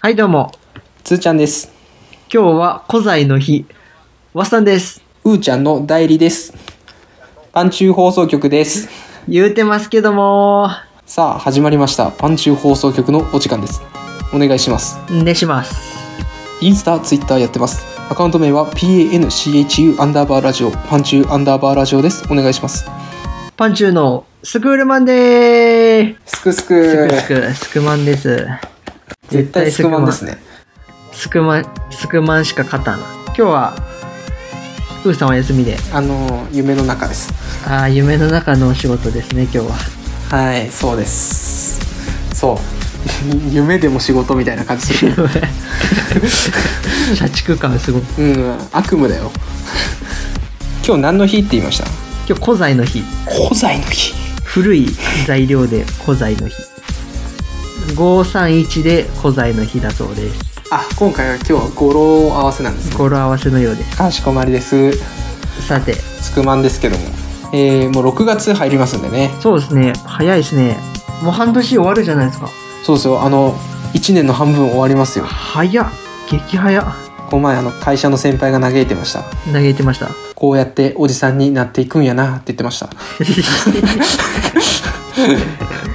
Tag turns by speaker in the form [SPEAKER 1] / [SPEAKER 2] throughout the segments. [SPEAKER 1] はい、どうも。
[SPEAKER 2] つーちゃんです。
[SPEAKER 1] 今日は古材の日。わっさんです。
[SPEAKER 2] うーちゃんの代理です。パンチュー放送局です。
[SPEAKER 1] 言うてますけども、
[SPEAKER 2] さあ、始まりました。パンチュー放送局のお時間です。お願いします。
[SPEAKER 1] んでします。
[SPEAKER 2] インスタ、ツイッターやってます。アカウント名は PANCHU アンダーバーラジオ、パンチューアンダーバーラジオです。お願いします。
[SPEAKER 1] パンチューのスクールマンでー
[SPEAKER 2] すくす
[SPEAKER 1] す
[SPEAKER 2] く
[SPEAKER 1] く。すく、スクマンです。
[SPEAKER 2] 絶対すくまんですね。
[SPEAKER 1] スクマン。スクマンしか勝たん。今日は、うーさんは休みで。
[SPEAKER 2] あのー、夢の中です。
[SPEAKER 1] ああ、夢の中のお仕事ですね、今日は。
[SPEAKER 2] はい、そうです。そう。 夢でも仕事みたいな感じする。
[SPEAKER 1] 社畜感すごい。
[SPEAKER 2] うん、悪夢だ よ。今日何の日って言いました
[SPEAKER 1] 今日古材の日。
[SPEAKER 2] 古材の日。
[SPEAKER 1] 古い材料で古材の日。531で古材の日だそうです。
[SPEAKER 2] あ今回は今日は語呂を合わせなんですね
[SPEAKER 1] 語呂合わせのようで
[SPEAKER 2] かしこまりです
[SPEAKER 1] す。さて、
[SPEAKER 2] つくまんですけどもえー、もう6月入りますんでね
[SPEAKER 1] そうですね、早いですね。もう半年終わるじゃないですか。
[SPEAKER 2] そうですよあの1年の半分終わりますよ
[SPEAKER 1] 早っ激早っ
[SPEAKER 2] この前あの会社の先輩が嘆いてました
[SPEAKER 1] 嘆いてました。
[SPEAKER 2] こうやっておじさんになっていくんやなって言ってました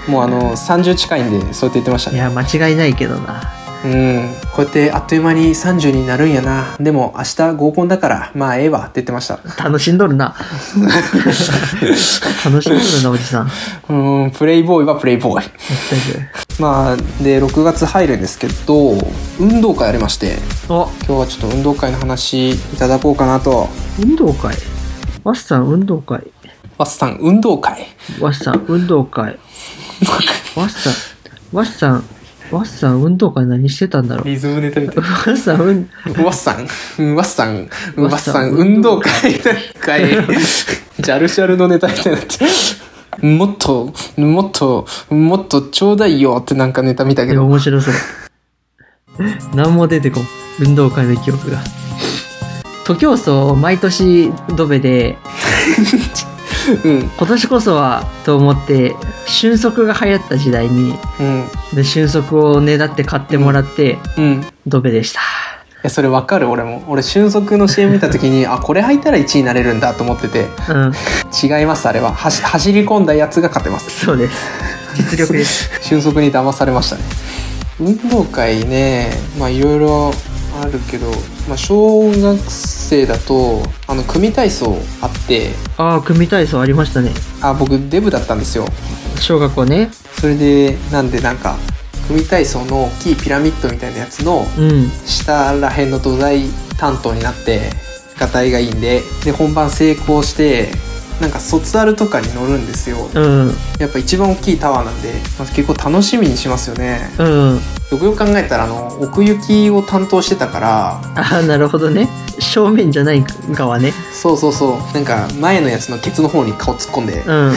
[SPEAKER 2] もうあの30近いんでそうやって言ってました
[SPEAKER 1] い
[SPEAKER 2] ね
[SPEAKER 1] や、間違いないけどな。
[SPEAKER 2] うんこうやってあっという間に30になるんやなでも明日合コンだからまあええわって言ってました
[SPEAKER 1] 楽しんどるな。楽しんどるな、おじさん。
[SPEAKER 2] うんプレイボーイはプレイボーイ
[SPEAKER 1] 全
[SPEAKER 2] まあで6月入るんですけど運動会ありまして
[SPEAKER 1] く。お、
[SPEAKER 2] 今日はちょっと運動会の話いただこうかなと
[SPEAKER 1] 運動会。ワッサン運動会。
[SPEAKER 2] ワッサン運動会
[SPEAKER 1] ワッサン運動会。ワッサン、ワッサン、ワッサン運動会何してたんだろう。
[SPEAKER 2] リズムネタみたい
[SPEAKER 1] ワッサン運、
[SPEAKER 2] ワッサンうんワッサンうん
[SPEAKER 1] ワ
[SPEAKER 2] ワ
[SPEAKER 1] ッ
[SPEAKER 2] ッ
[SPEAKER 1] サ
[SPEAKER 2] サ
[SPEAKER 1] ン
[SPEAKER 2] ン運動会なんかいジャルジャルのネタみたいになってもっともっともっとちょうだいよってなんかネタ見たけ
[SPEAKER 1] いや
[SPEAKER 2] ど
[SPEAKER 1] 面白そう。何も出てこん。運動会の記憶が。徒競走、毎年ドベで、
[SPEAKER 2] うん
[SPEAKER 1] 今年こそはと思って、俊足が流行った時代に、
[SPEAKER 2] うん
[SPEAKER 1] で、俊足をねだって買ってもらって、
[SPEAKER 2] うんい
[SPEAKER 1] ドベでした。
[SPEAKER 2] やそれわかる俺も俺俊足の CM 見た時にあこれ履いたら1位になれるんだと思ってて
[SPEAKER 1] うん、
[SPEAKER 2] 違いますあれははし走り込んだやつが勝てます
[SPEAKER 1] そうです。実力です。
[SPEAKER 2] 俊足に騙されましたね運動会ねまあいろいろあるけど、まあ、小学生だとあの組体操あって
[SPEAKER 1] ああ、組体操ありましたね。
[SPEAKER 2] あ僕デブだったんですよ
[SPEAKER 1] 小学校ね。
[SPEAKER 2] それでなんでなんか組体操の大きいピラミッドみたいなやつの
[SPEAKER 1] うん。
[SPEAKER 2] 下らへんの土台担当になってがたいがいいんでで本番成功してなんか卒アルとかに乗るんですよ
[SPEAKER 1] うん。
[SPEAKER 2] やっぱ一番大きいタワーなんで、まあ、結構楽しみにしますよね
[SPEAKER 1] うん。
[SPEAKER 2] よくよく考えたらあの奥行きを担当してたから
[SPEAKER 1] ああ、なるほどね。正面じゃない側ね。
[SPEAKER 2] そうそうそうなんか前のやつのケツの方に顔突っ込んで、
[SPEAKER 1] うん。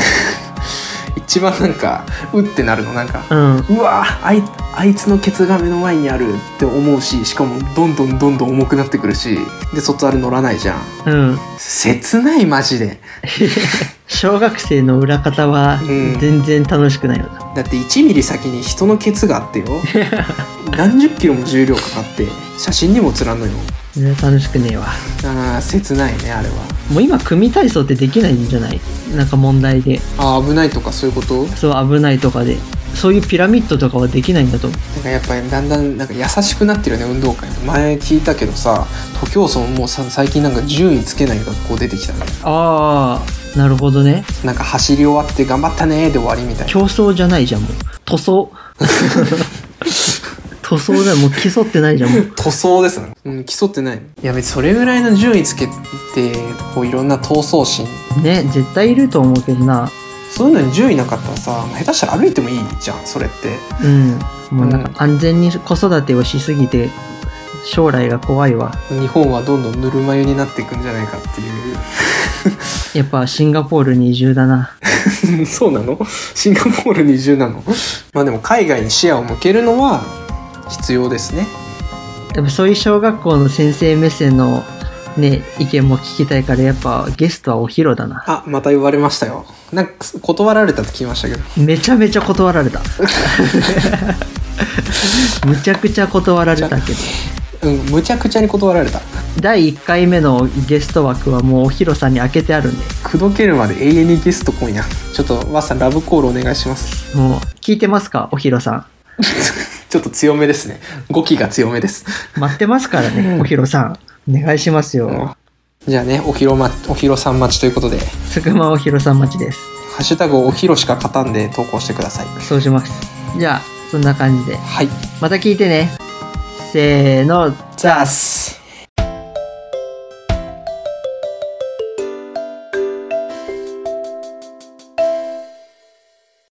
[SPEAKER 2] 一番なんかうってなるのなんか
[SPEAKER 1] うん。
[SPEAKER 2] うわあいあいつのケツが目の前にあるって思うししかもどんどんどんどん重くなってくるしで卒アル乗らないじゃん
[SPEAKER 1] うん。
[SPEAKER 2] 切ないマジで
[SPEAKER 1] 小学生の裏方は
[SPEAKER 2] うん
[SPEAKER 1] 全然楽しくないよな、
[SPEAKER 2] だって1ミリ先に人のケツがあってよ何十キロも重量かかって写真にもつらんのよ
[SPEAKER 1] 全然楽しくねえわ
[SPEAKER 2] あー切ないねあれは
[SPEAKER 1] もう今組体操ってできないんじゃないなんか問題で
[SPEAKER 2] あー危ないとかそういうこと
[SPEAKER 1] そう危ないとかでそういうピラミッドとかはできないんだと思う
[SPEAKER 2] なんかやっぱりだんだんなんか優しくなってるよね運動会前聞いたけどさ徒競走ももうさ最近なんか順位つけない学校出てきたね
[SPEAKER 1] ああなるほどね
[SPEAKER 2] なんか走り終わって頑張ったねーで終わりみたいな
[SPEAKER 1] 競争じゃないじゃんもう塗 装塗装だよもう競ってないじゃんもう
[SPEAKER 2] 塗装ですね、うん、競ってないいや別にそれぐらいの順位つけてこういろんな闘争心
[SPEAKER 1] ね絶対いると思うけどな
[SPEAKER 2] そういうのに順位なかったらさ下手したら歩いてもいいじゃんそれって
[SPEAKER 1] うんもうなんか安全に子育てをしすぎて将来が怖いわ
[SPEAKER 2] 日本はどんどんぬるま湯になっていくんじゃないかってい
[SPEAKER 1] やっぱシンガポールに移住だな
[SPEAKER 2] う そうなのシンガポール二重なのまあでも海外に視野を向けるのは必要ですね
[SPEAKER 1] やっぱそういう小学校の先生目線のね、意見も聞きたいから、やっぱゲストはおひろだな。
[SPEAKER 2] あ、また言われましたよ。なんか断られたって聞きましたけど。
[SPEAKER 1] めちゃめちゃ断られた。むちゃくちゃ断られたけど。
[SPEAKER 2] うん、むちゃくちゃに断られた。
[SPEAKER 1] 第1回目のゲスト枠はもうおひろさんに開けてあるんで、
[SPEAKER 2] くどけるまで永遠にゲスト今夜。ちょっと、わさんラブコールお願いします。
[SPEAKER 1] もう聞いてますかおひろさ
[SPEAKER 2] ちょっと強めですね。語気が強めです。
[SPEAKER 1] ん。待ってますからね、おひろさん。お願いしますよ。
[SPEAKER 2] じゃあね、おひろま、おひろさん待ちということで、
[SPEAKER 1] すぐまおひろさん待ちです。
[SPEAKER 2] ハッシュタグおひろしか勝たんで投稿してください。
[SPEAKER 1] そうします。じゃあ、そんな感じで。
[SPEAKER 2] はい。
[SPEAKER 1] また聞いてね。せーの、
[SPEAKER 2] ザース